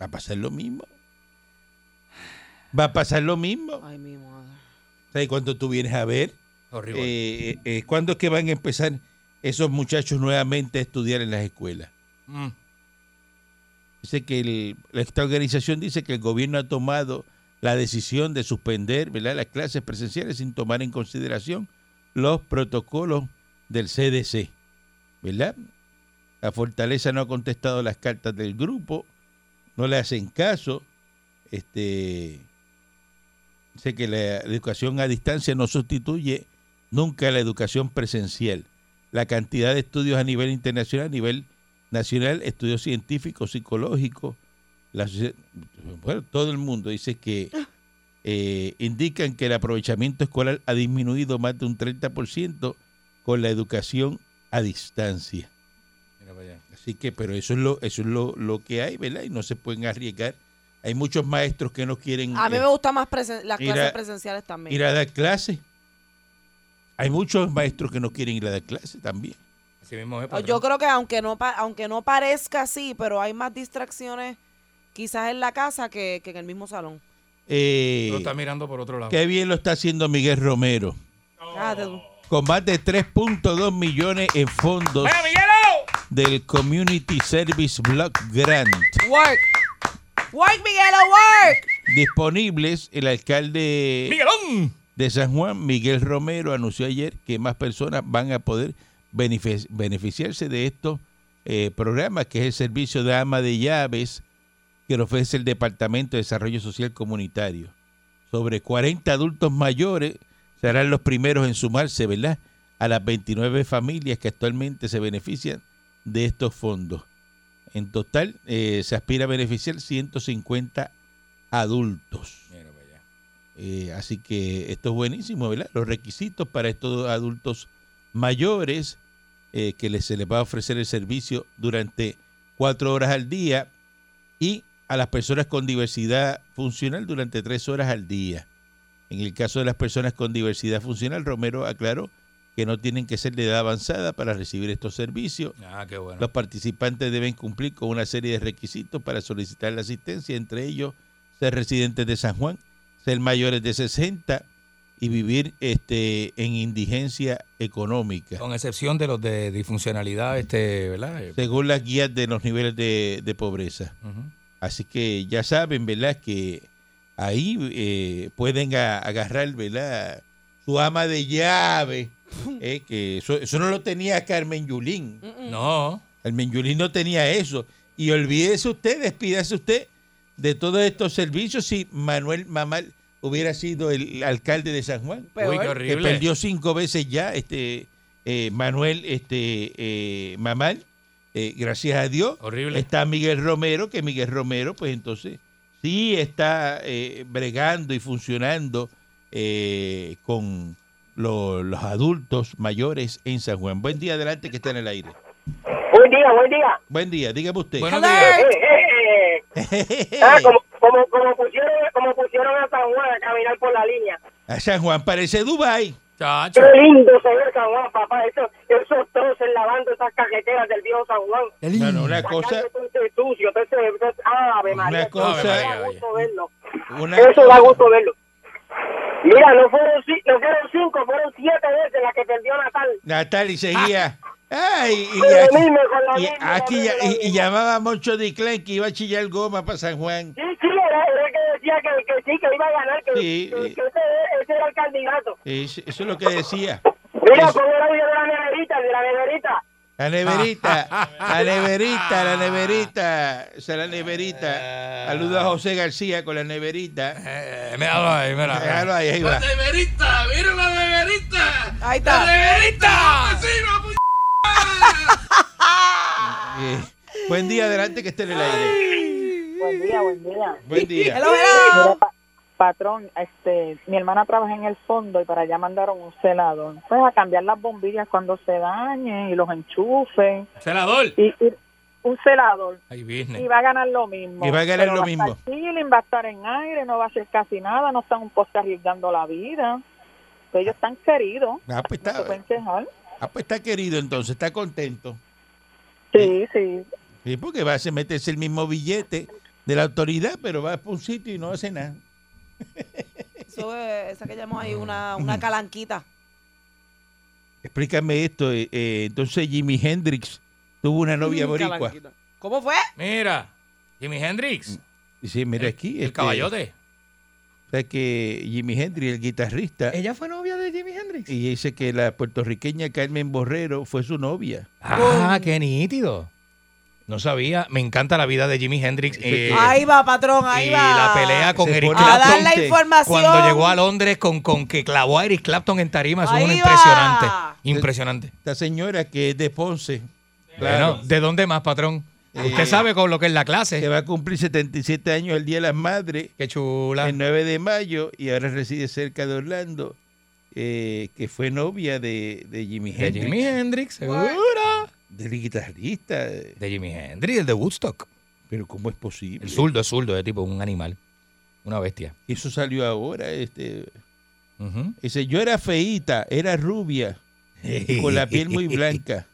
C: Va a pasar lo mismo. Va a pasar lo mismo.
E: Ay, mi madre.
C: ¿Sabes cuándo tú vienes a ver?
D: horrible.
C: Eh, eh, eh, ¿Cuándo es que van a empezar esos muchachos nuevamente a estudiar en las escuelas?
D: Mm.
C: Dice que el- esta organización dice que el gobierno ha tomado la decisión de suspender ¿verdad? las clases presenciales sin tomar en consideración los protocolos del CDC. ¿verdad? La fortaleza no ha contestado las cartas del grupo, no le hacen caso. Este, dice que la educación a distancia no sustituye nunca la educación presencial. La cantidad de estudios a nivel internacional, a nivel nacional, estudios científicos, psicológicos, la socie- bueno, todo el mundo dice que eh, indican que el aprovechamiento escolar ha disminuido más de un 30% con la educación a distancia.
D: Mira para allá.
C: Así que, pero eso es lo, eso es lo, lo que hay, ¿verdad? Y no se pueden arriesgar. Hay muchos maestros que no quieren
E: A mí
C: eh,
E: me gustan más presen- las
C: Mira-
E: clases presenciales también.
C: ir a dar clases. Hay muchos maestros que no quieren ir a dar clases también.
D: Así mismo es,
E: Ah,
D: patrón.
E: Yo creo que aunque no pa- aunque no parezca así, pero hay más distracciones quizás en la casa que, que en el mismo salón.
C: Eh,
D: Lo está mirando por otro lado.
C: qué bien lo está haciendo Miguel Romero.
E: Ah, te-
D: Oh.
C: Con más de 3.2 millones en fondos
F: ¡Bueno, Miguelo!
C: del Community Service Block Grant.
E: Work. Work, Miguelo, work.
C: disponibles, el alcalde
D: ¡Miguelón!
C: de San Juan, Miguel Romero, anunció ayer que más personas van a poder benefici- beneficiarse de estos eh, programas, que es el servicio de ama de llaves que le ofrece el Departamento de Desarrollo Social Comunitario. Sobre 40 adultos mayores serán los primeros en sumarse, ¿verdad? A las 29 familias que actualmente se benefician de estos fondos. En total eh, se aspira a beneficiar 150 adultos.
D: Mira para allá.
C: Eh, así que esto es buenísimo, ¿verdad? Los requisitos para estos adultos mayores eh, que les, se les va a ofrecer el servicio durante cuatro horas al día y a las personas con diversidad funcional durante tres horas al día. En el caso de las personas con diversidad funcional, Romero aclaró que no tienen que ser de edad avanzada para recibir estos servicios.
D: Ah, qué bueno.
C: Los participantes deben cumplir con una serie de requisitos para solicitar la asistencia, entre ellos ser residentes de San Juan, ser mayores de 60 y vivir este, en indigencia económica.
D: Con excepción de los de disfuncionalidad, este, ¿verdad? Eh,
C: según las guías de los niveles de, de pobreza.
D: ujú.
C: Así que ya saben, ¿verdad? Que ahí eh, pueden a- agarrar, ¿verdad? Su ama de llave. eh, que eso, eso no lo tenía Carmen Yulín.
D: No.
C: Carmen Yulín no tenía eso. Y olvídese usted, despídase usted de todos estos servicios si Manuel Mamal hubiera sido el alcalde de San Juan.
D: Uy, qué
E: Peor.
C: Que
D: horrible.
C: perdió cinco veces ya este eh, Manuel este eh, Mamal. Eh, gracias a Dios.
D: Horrible.
C: Está Miguel Romero, que Miguel Romero, pues entonces sí está eh, bregando y funcionando eh, con lo- los adultos mayores en San Juan. Buen día, adelante, que está en el aire.
H: Buen día, buen día.
C: Buen día, dígame usted.
D: Buenos
H: Eh,
D: días.
H: eh, eh. Ah, como, como, como pusieron, como pusieron a San Juan a caminar por la línea.
C: A San Juan parece Dubai.
D: Chacho.
H: Qué lindo se ve San Juan, papá. Eso, esos troces lavando esas carreteras del viejo San Juan.
C: Bueno, una cosa,
H: Sacando todo ese sucio, todo ese, todo ese- Ave María.
C: Una
H: eso
C: cosa-
H: da gusto verlo.
C: una
H: Eso da
C: cosa-
H: gusto verlo. Mira, no fueron, ci- no fueron cinco, fueron siete veces las que perdió Natal.
C: Natal y seguía. Ay, y
H: Con lo
C: aquí,
H: mismo, Ah. con lo
C: y
H: mismo,
C: aquí
H: con
C: ya-
H: lo
C: y- y
H: mismo.
C: llamaba a Moncho Diclán que iba a chillar goma para San Juan.
H: Sí, sí, era, era el que decía que, que sí, que iba a ganar, que,
C: Sí,
H: que-
C: eh.
H: que ese, ese era el candidato.
C: Es- Eso es lo que decía.
H: Mira
C: Eso-
H: cómo era el de la neverita, el de la neverita.
C: La neverita, la neverita, la neverita, o sea, la neverita. Saludo a José García con la neverita.
D: Eh, míralo ahí, mira.
C: Déjalo ahí, ahí va.
E: Ahí está.
C: Eh, Buen día, adelante que esté en el aire.
I: Buen día, buen día.
C: Buen día.
E: Hello,
I: Mira,
E: hello.
I: pa- patrón, este, mi hermana trabaja en el fondo y para allá mandaron un celador. Pues a cambiar las bombillas cuando se dañen y los enchufen.
D: Celador.
I: Y, y un celador.
D: Ay,
I: Y
D: business.
I: va a ganar lo mismo.
C: Y va a ganar
I: Pero
C: lo
I: va estar
C: mismo.
I: chilling, va a estar en aire, no va a hacer casi nada, no están un poste arriesgando la vida. Ellos están queridos.
C: Ah, pues
I: No se pueden
C: está,
I: quejar.
C: ah, pues está querido entonces, está contento.
I: Sí, sí.
C: Sí, porque va a hacer- meterse el mismo billete de la autoridad, pero va a un sitio y no hace nada.
E: Eso es- esa que llamó ahí una, una calanquita.
C: Explícame esto. eh, eh, entonces Jimi Hendrix tuvo una novia
E: Mm,
C: boricua.
E: calanquita. ¿Cómo fue?
D: Mira. Jimi Hendrix.
C: Dice, mira aquí.
D: Eh, El
C: este,
D: caballote.
C: O sea que Jimi Hendrix, el guitarrista,
D: ¿Ella fue novia de Jimi Hendrix?
C: y dice que la puertorriqueña Carmen Borrero fue su novia.
E: Oh.
D: Ah, qué nítido. No sabía. Me encanta la vida de Jimi Hendrix. eh,
E: Ahí va, patrón, ahí
D: y
E: va.
D: la pelea con
C: Se
D: Eric
C: pone-
E: A
D: Clapton.
E: dar la
C: Clapton,
E: información.
D: Cuando llegó a Londres con, con que clavó a Eric Clapton en tarima, eso es
E: Ahí
D: uno
E: va.
D: impresionante. Impresionante.
C: Esta señora que es de Ponce,
D: Bueno, ¿de dónde más, patrón? Usted sabe con lo que es la
C: que
D: clase.
C: va a cumplir 77 años el Día de las Madres,
D: Qué chula.
C: el 9 de mayo, y ahora reside cerca de Orlando, eh, que fue novia de, de Jimi
D: De
C: Hendrix,
D: Jimi Hendrix, segura.
C: del guitarrista. eh,
D: De Jimi Hendrix, el de Woodstock.
C: Pero ¿cómo es posible?
D: El zurdo es zurdo, es tipo un animal. Una bestia.
C: Eso salió ahora. Este,
D: Ujú.
C: dice, yo era feíta, era rubia, con la piel muy blanca,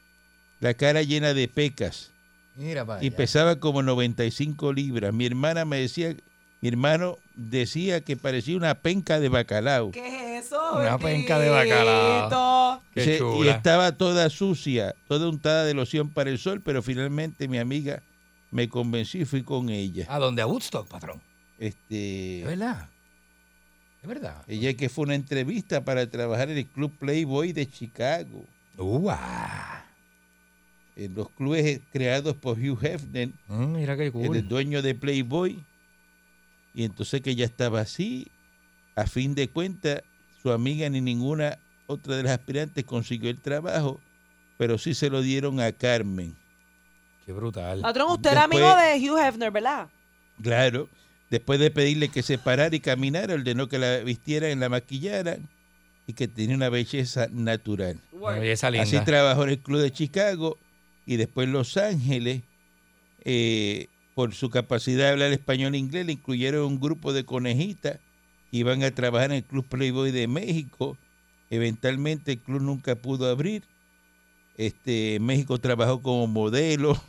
C: la cara llena de pecas.
D: Mira, para
C: y
E: pues,
C: pesaba como 95 libras. Mi hermana me decía, mi hermano decía que parecía una penca de bacalao.
E: ¿Qué es eso?
D: Una penca de
E: bendito?
D: bacalao. Qué
C: Dice, y
D: chula.
C: estaba toda sucia, toda untada de loción para el sol, pero finalmente mi amiga me convenció y fui con ella.
D: ¿A dónde? A Woodstock, patrón. Es
C: Este,
D: verdad. Es verdad.
C: ella que fue a una entrevista para trabajar en el Club Playboy de Chicago,
D: Uah.
C: en los clubes eh, creados por Hugh Hefner,
D: Mm, mira qué
C: el
D: cool.
C: dueño de Playboy. Y entonces que ella estaba así, a fin de cuentas, su amiga ni ninguna otra de las aspirantes consiguió el trabajo, pero sí se lo dieron a Carmen.
D: Qué brutal.
E: Patrón, usted era
C: Después-
E: amigo de Hugh Hefner, ¿verdad?
C: Claro, después de pedirle que se parara y caminara, ordenó que la vistieran, la maquillaran y que tenía una belleza natural.
D: Una belleza linda.
C: Así trabajó en el Club de Chicago y después en Los Ángeles. eh, por su capacidad de hablar español e inglés, le incluyeron un grupo de conejitas que iban a trabajar en el Club Playboy de México Eventualmente el club nunca pudo abrir. Este, México trabajó como modelo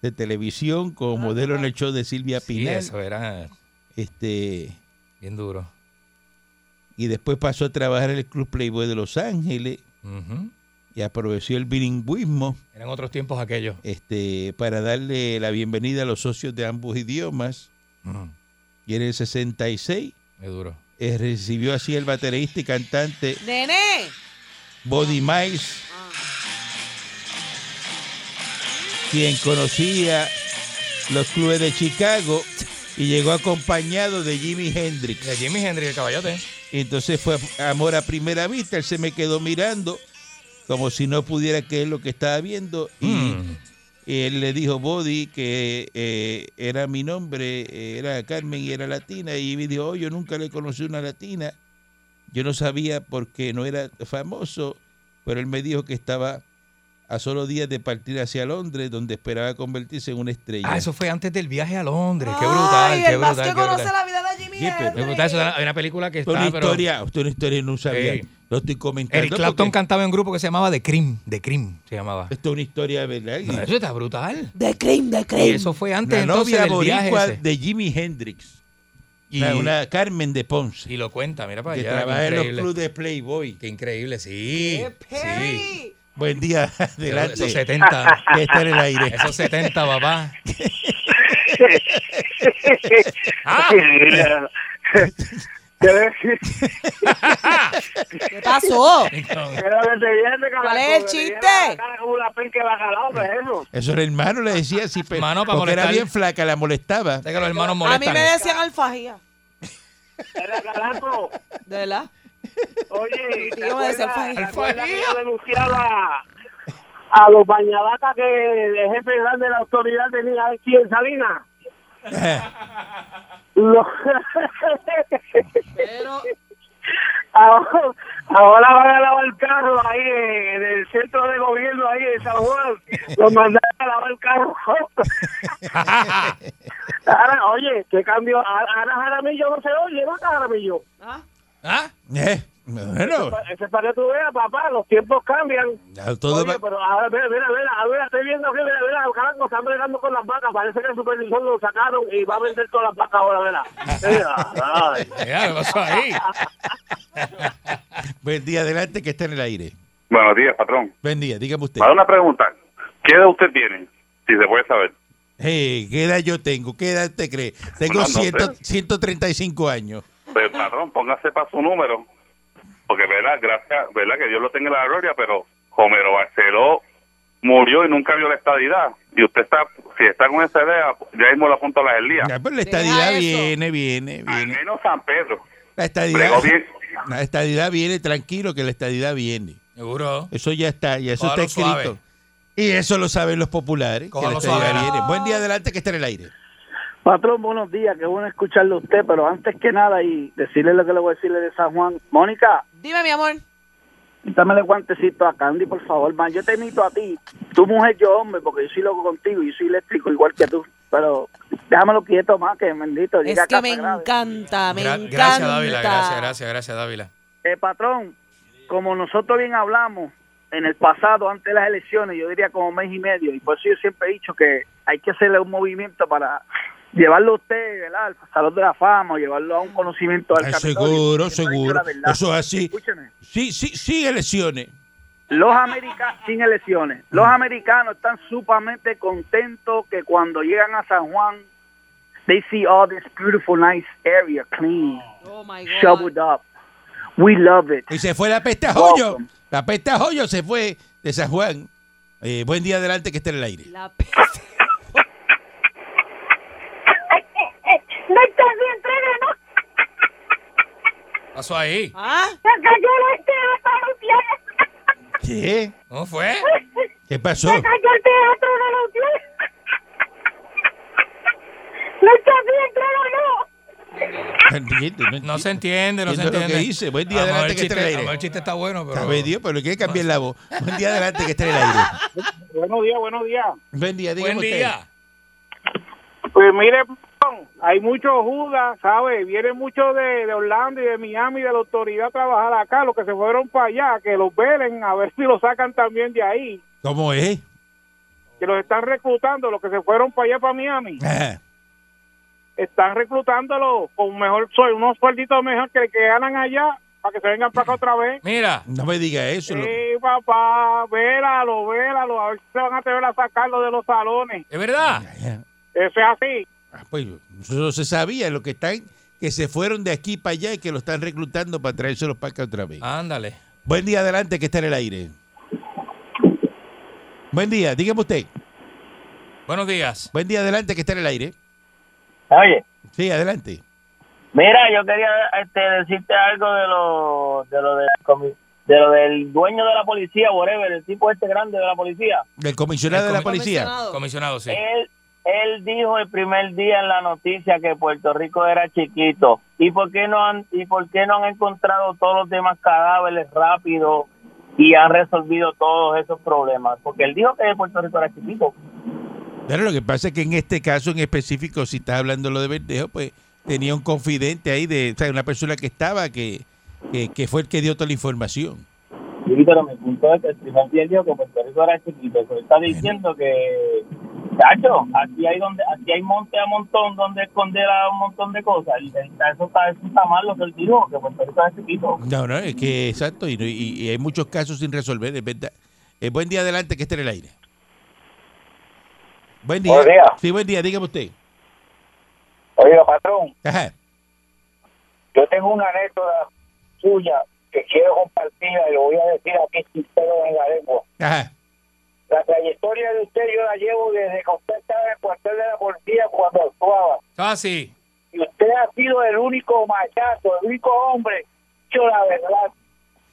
C: de televisión, como modelo en el show de Silvia
D: Y
C: Pinal.
D: eso era
C: Este,
D: bien duro.
C: y después pasó a trabajar en el Club Playboy de Los Ángeles
D: Ujú.
C: y aprovechó el bilingüismo
D: Eran otros tiempos aquellos.
C: este, para darle la bienvenida a los socios de ambos idiomas.
D: Ujú.
C: Y en el 66
D: Es Mm, duro.
C: eh, recibió así el baterista y cantante
E: Nene,
C: Body Miles, quien conocía los clubes de Chicago y llegó acompañado de Jimi Hendrix.
D: De Jimi Hendrix, el caballote.
C: Y entonces fue amor a primera vista, él se me quedó mirando como si no pudiera creer lo que estaba viendo y
D: Mm.
C: él le dijo Body que eh, era mi nombre, eh, era Carmen y era latina y me dijo, oh, yo nunca le conocí una latina, yo no sabía porque no era famoso, pero él me dijo que estaba a solo días de partir hacia Londres donde esperaba convertirse en una estrella.
D: Ah, eso fue antes del viaje a Londres. Qué
E: Ay,
D: brutal, qué
E: el más
D: brutal,
E: que
D: qué
E: conoce
D: brutal.
E: la vida de Jimmy
C: Sí, pero-
D: Me
E: Hendrix.
D: gusta eso. Hay una película que
C: Esto es
D: está,
C: una
D: pero
C: historia, esto es una historia no sabía,
D: Sí.
C: lo estoy comentando.
D: Eric Clapton
C: porque
D: cantaba en un grupo que se llamaba The Cream. The Cream se llamaba.
C: esto es una historia verdad. Y-
D: No, eso está brutal.
E: De cream, de
D: Y
E: cream.
D: eso fue antes
C: La
D: entonces
C: novia
D: del viaje
C: boricua
D: ese.
C: de Jimi Hendrix.
D: Y-
C: Una, una Carmen de Ponce.
D: Y lo cuenta, mira para
C: que
D: allá.
C: trabaja
D: qué
C: en los
D: increíble.
C: clubes de Playboy.
D: Qué increíble, sí.
E: ¡Qué
D: sí.
E: Perry!
C: Buen día, adelante.
D: Esos 70,
C: Que está en el aire.
D: esos 70, papá.
E: ¿Qué pasó?
H: Pero que te viene, cabrón,
E: ¿Cuál es el
H: que te
E: chiste?
H: viene la cara como una penca de bacalao, ¿qué es eso?
C: Eso el hermano le decía así, pero
D: Hermano, para
C: porque era
D: molestar.
C: bien flaca, la molestaba.
D: Sé Este que los hermanos
E: A mí
D: molestan.
E: me decían alfajía,
H: Era carajo.
E: de verdad.
H: Oye,
E: Dígame, decía Alfajía.
H: Yo denunciaba a los bañavacas que el jefe general de la autoridad tenía aquí en Salinas. Lo-
E: Pero
H: ahora, ahora van a lavar el carro ahí en el centro de gobierno ahí en San Juan. Los mandaron a lavar el carro. ahora, oye, ¿qué cambio? A- Ahora Jaramillo no se oye, ¿no, Jaramillo?
E: ¿ah?
D: ¿Ah?
C: Eh, bueno,
H: Ese es para que tú veas, papá, los tiempos cambian.
C: ya todo
H: Oye,
C: va-
H: pero ahora, mira, mira, mira, a ver, estoy viendo que, mira, mira, carajo, están bregando con las vacas. Parece que el supervisor lo sacaron y va a vender todas las vacas ahora, mira. Mira, ay.
D: Mira, lo pasó ahí.
C: Buen día, adelante, que está en el aire.
J: Buenos días, patrón.
C: Buen día, dígame usted.
J: Para una pregunta, ¿qué edad usted tiene? Si se puede saber.
C: Eh, ¿Qué edad yo tengo? ¿Qué edad te cree? Tengo
J: No, no sé.
C: 100 135 años.
J: Pues, patrón, póngase para su número. Porque, ¿verdad? Gracias, ¿verdad? Que Dios lo tenga en la gloria, pero Homero Barceló murió y nunca vio la estadidad. Y usted está, si está con esa idea, ya mismo lo apunta a las Elías.
C: Ya, pues la estadidad
E: eso.
C: viene, viene,
J: Al
C: viene.
J: menos San Pedro.
C: La
J: Bregó
C: estadidad,
J: bien.
C: la estadidad viene, tranquilo, que la estadidad viene.
D: Seguro.
C: Eso ya está, ya eso
D: Cójalo
C: está escrito.
D: suave.
C: Y eso lo saben los populares. Que la
D: Cójalo
C: estadidad
D: suave.
C: viene. Buen día adelante que está en el aire.
I: Patrón, buenos días, qué bueno escucharlo a usted, pero antes que nada y decirle lo que le voy a decirle de San Juan. Mónica,
E: Dime, mi amor.
I: quítame el guantecito a Candy, por favor, man. Yo te imito a ti, tú mujer, yo hombre, porque yo soy loco contigo y yo soy eléctrico igual que tú. Pero déjamelo quieto más, que bendito, llega
E: Es
I: a
E: que
I: casa
E: me
I: grave.
E: encanta, me
D: Gra-
E: encanta.
D: gracias, Dávila. Gracias, gracias, gracias, Dávila.
I: Eh, patrón, como nosotros bien hablamos en el pasado, antes de las elecciones, yo diría como mes y medio, y por eso yo siempre he dicho que hay que hacerle un movimiento para llevarlo a usted ¿verdad? al Salón de la Fama o llevarlo a un conocimiento al
C: Ay,
I: Capitolio, que no
C: Eh, seguro,
I: diga
C: seguro.
I: la verdad.
C: Eso es así.
I: Escúcheme,
C: Sí, sí, sí, elecciones.
I: los americanos, sin elecciones,
C: Mm.
I: los americanos están sumamente contentos que cuando llegan a San Juan, they see all this beautiful, nice area, clean,
E: Oh my
I: shoveled
E: God.
I: up. We love it.
C: Y se fue la peste a joyo.
I: Welcome.
C: La peste a joyo se fue de San Juan. Eh, buen día adelante que está en el aire.
E: La
G: No estás bien, Trena, no.
D: Pasó ahí.
E: ¿Ah?
G: Se cayó el teatro de los pies.
C: ¿Qué?
D: ¿Cómo fue?
C: ¿Qué pasó?
G: Se cayó el teatro de los pies. No estás bien, Trena, no.
C: No entiendo,
D: No
C: entiendo.
D: se entiende, no se
C: Entiendo lo
D: entiende.
C: que dice. Buen día,
D: A lo mejor
C: adelante,
D: el
C: que esté
D: chiste-
C: al aire.
D: a lo mejor el chiste está bueno, pero.
C: Sabe Dios, pero quiere cambiar la voz. Buen día adelante que está en el aire.
H: Buenos días, buenos días.
C: Buen día, dígame
D: Buen
C: usted.
D: día.
H: Pues mire, Hay muchos Judas, ¿sabes? Vienen muchos de, de Orlando y de Miami, de la autoridad a trabajar acá, los que se fueron para allá, que los velen a ver si los sacan también de ahí,
C: ¿Cómo es?
H: que los están reclutando, los que se fueron para allá, para Miami.
C: Ah,
H: están reclutándolos con mejor soy unos suelditos mejor que el que ganan allá para que se vengan para acá otra vez.
D: Mira.
C: No me diga eso. lo-
H: Sí, papá, vélalo, vélalo, a ver si se van a atrever a sacarlo de los salones.
K: ¿Es verdad?
H: Eso es así.
C: ah, pues, eso se sabía, lo que están, que se fueron de aquí para allá y que lo están reclutando para traérselos para acá otra vez.
K: Ándale.
C: Buen día, adelante, que está en el aire. Buen día, dígame usted.
K: Buenos días.
C: Buen día, adelante, que está en el aire.
B: Oye.
C: Sí, adelante.
B: Mira, yo quería este, decirte algo de lo, de lo del comi- de lo del dueño de la policía, whatever, el tipo este grande de la policía.
C: El comisionado de la policía.
K: Comisionado, sí.
E: Eh,
B: Él, él dijo el primer día en la noticia que Puerto Rico era chiquito. ¿Y por qué no han, y por qué no han encontrado todos los demás cadáveres rápido y han resolvido todos esos problemas? Porque él dijo que Puerto Rico era chiquito.
C: Pero lo que pasa es que en este caso en específico, si estás hablando lo de Verdejo, pues tenía un confidente ahí, de o sea, una persona que estaba, que, que, que fue el que dio toda la información.
B: Sí, pero mi punto es que el primer día él dijo que pues, Puerto Rico era chiquito. Pero está diciendo que, chacho, aquí hay donde aquí hay monte a montón donde esconder a un montón de cosas. Y eso, está, eso está mal lo que él dijo, que pues, Puerto Rico era chiquito.
C: No, no, es que exacto, y, no- y- y hay muchos casos sin resolver, es verdad. Eh, buen día, adelante, que esté en el aire. Buen día.
L: Buen día.
C: Sí, buen día, dígame usted.
L: Oiga, patrón,
C: Ajá.
L: yo tengo una anécdota suya que quiero compartirla y lo voy a decir aquí sin pelos en la lengua.
C: Ajá.
L: La trayectoria de usted yo la llevo desde que usted estaba en el cuartel de la policía cuando actuaba.
D: Ah,
K: Casi.
L: Y usted ha sido el único machazo, el único hombre, yo la verdad,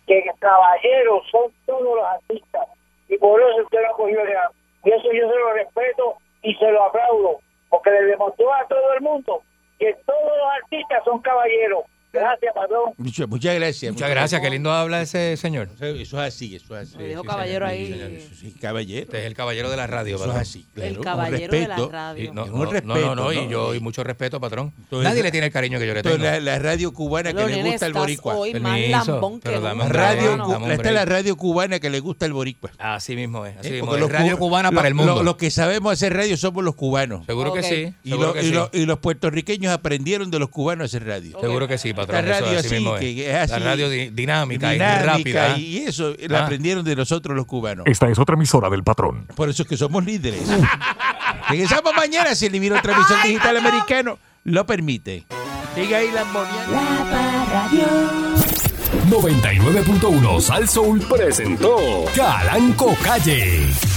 L: que caballeros son todos los artistas. Y por eso usted lo cogió el gran. Y eso yo se lo respeto y se lo aplaudo, porque le demostró a todo el mundo que todos los artistas son caballeros. Gracias, patrón.
C: Muchas, muchas gracias.
D: Muchas gracias, qué lindo habla ese señor.
C: Eso es así, eso es así.
D: Me
E: dijo caballero ahí.
C: Sí, caballero.
D: Este es el caballero de la radio,
C: Eso es
D: patrón.
C: así, claro,
E: El con caballero de la respeto. radio.
D: Sí, No,
C: Con
D: no, no,
C: respeto,
D: no, no,
C: ¿no?
D: y yo, y mucho respeto, patrón.
C: Entonces,
D: Nadie le tiene el cariño que yo le tengo.
C: entonces, La, la radio cubana
E: Pero,
C: que le
E: nene,
C: gusta al
E: estás
C: boricua.
E: hoy más Permiso, lambón que pero nunca. dame un
C: radio,
E: break,
C: cu-
E: dame un
C: esta es la
E: break.
C: radio cubana que le gusta al boricua.
D: Así mismo es. Así
C: ¿eh?
D: mismo
C: Porque
D: es.
C: los
D: Radio
C: cu-
D: cubana
C: lo-
D: para el
C: lo-
D: mundo.
C: Los que sabemos hacer radio somos los cubanos.
D: Seguro que sí.
C: Y,
D: seguro
C: lo-
D: que
C: y
D: sí.
C: lo- y los puertorriqueños aprendieron de los cubanos a hacer radio.
D: Seguro que sí, patrón.
C: La
D: eso
C: radio
D: así
C: así,
D: mismo es.
C: que es así,
D: La radio di- dinámica, y
C: dinámica,
D: rápida.
C: Y eso eh, la
D: Ah.
C: aprendieron de nosotros los cubanos.
A: Esta es otra emisora del patrón.
C: Por eso es que somos líderes. Regresamos mañana si el Divino Transmisor Digital Americano lo permite. Sigue ahí la
A: Radio 99.1 Sal Soul presentó Calanco Calle.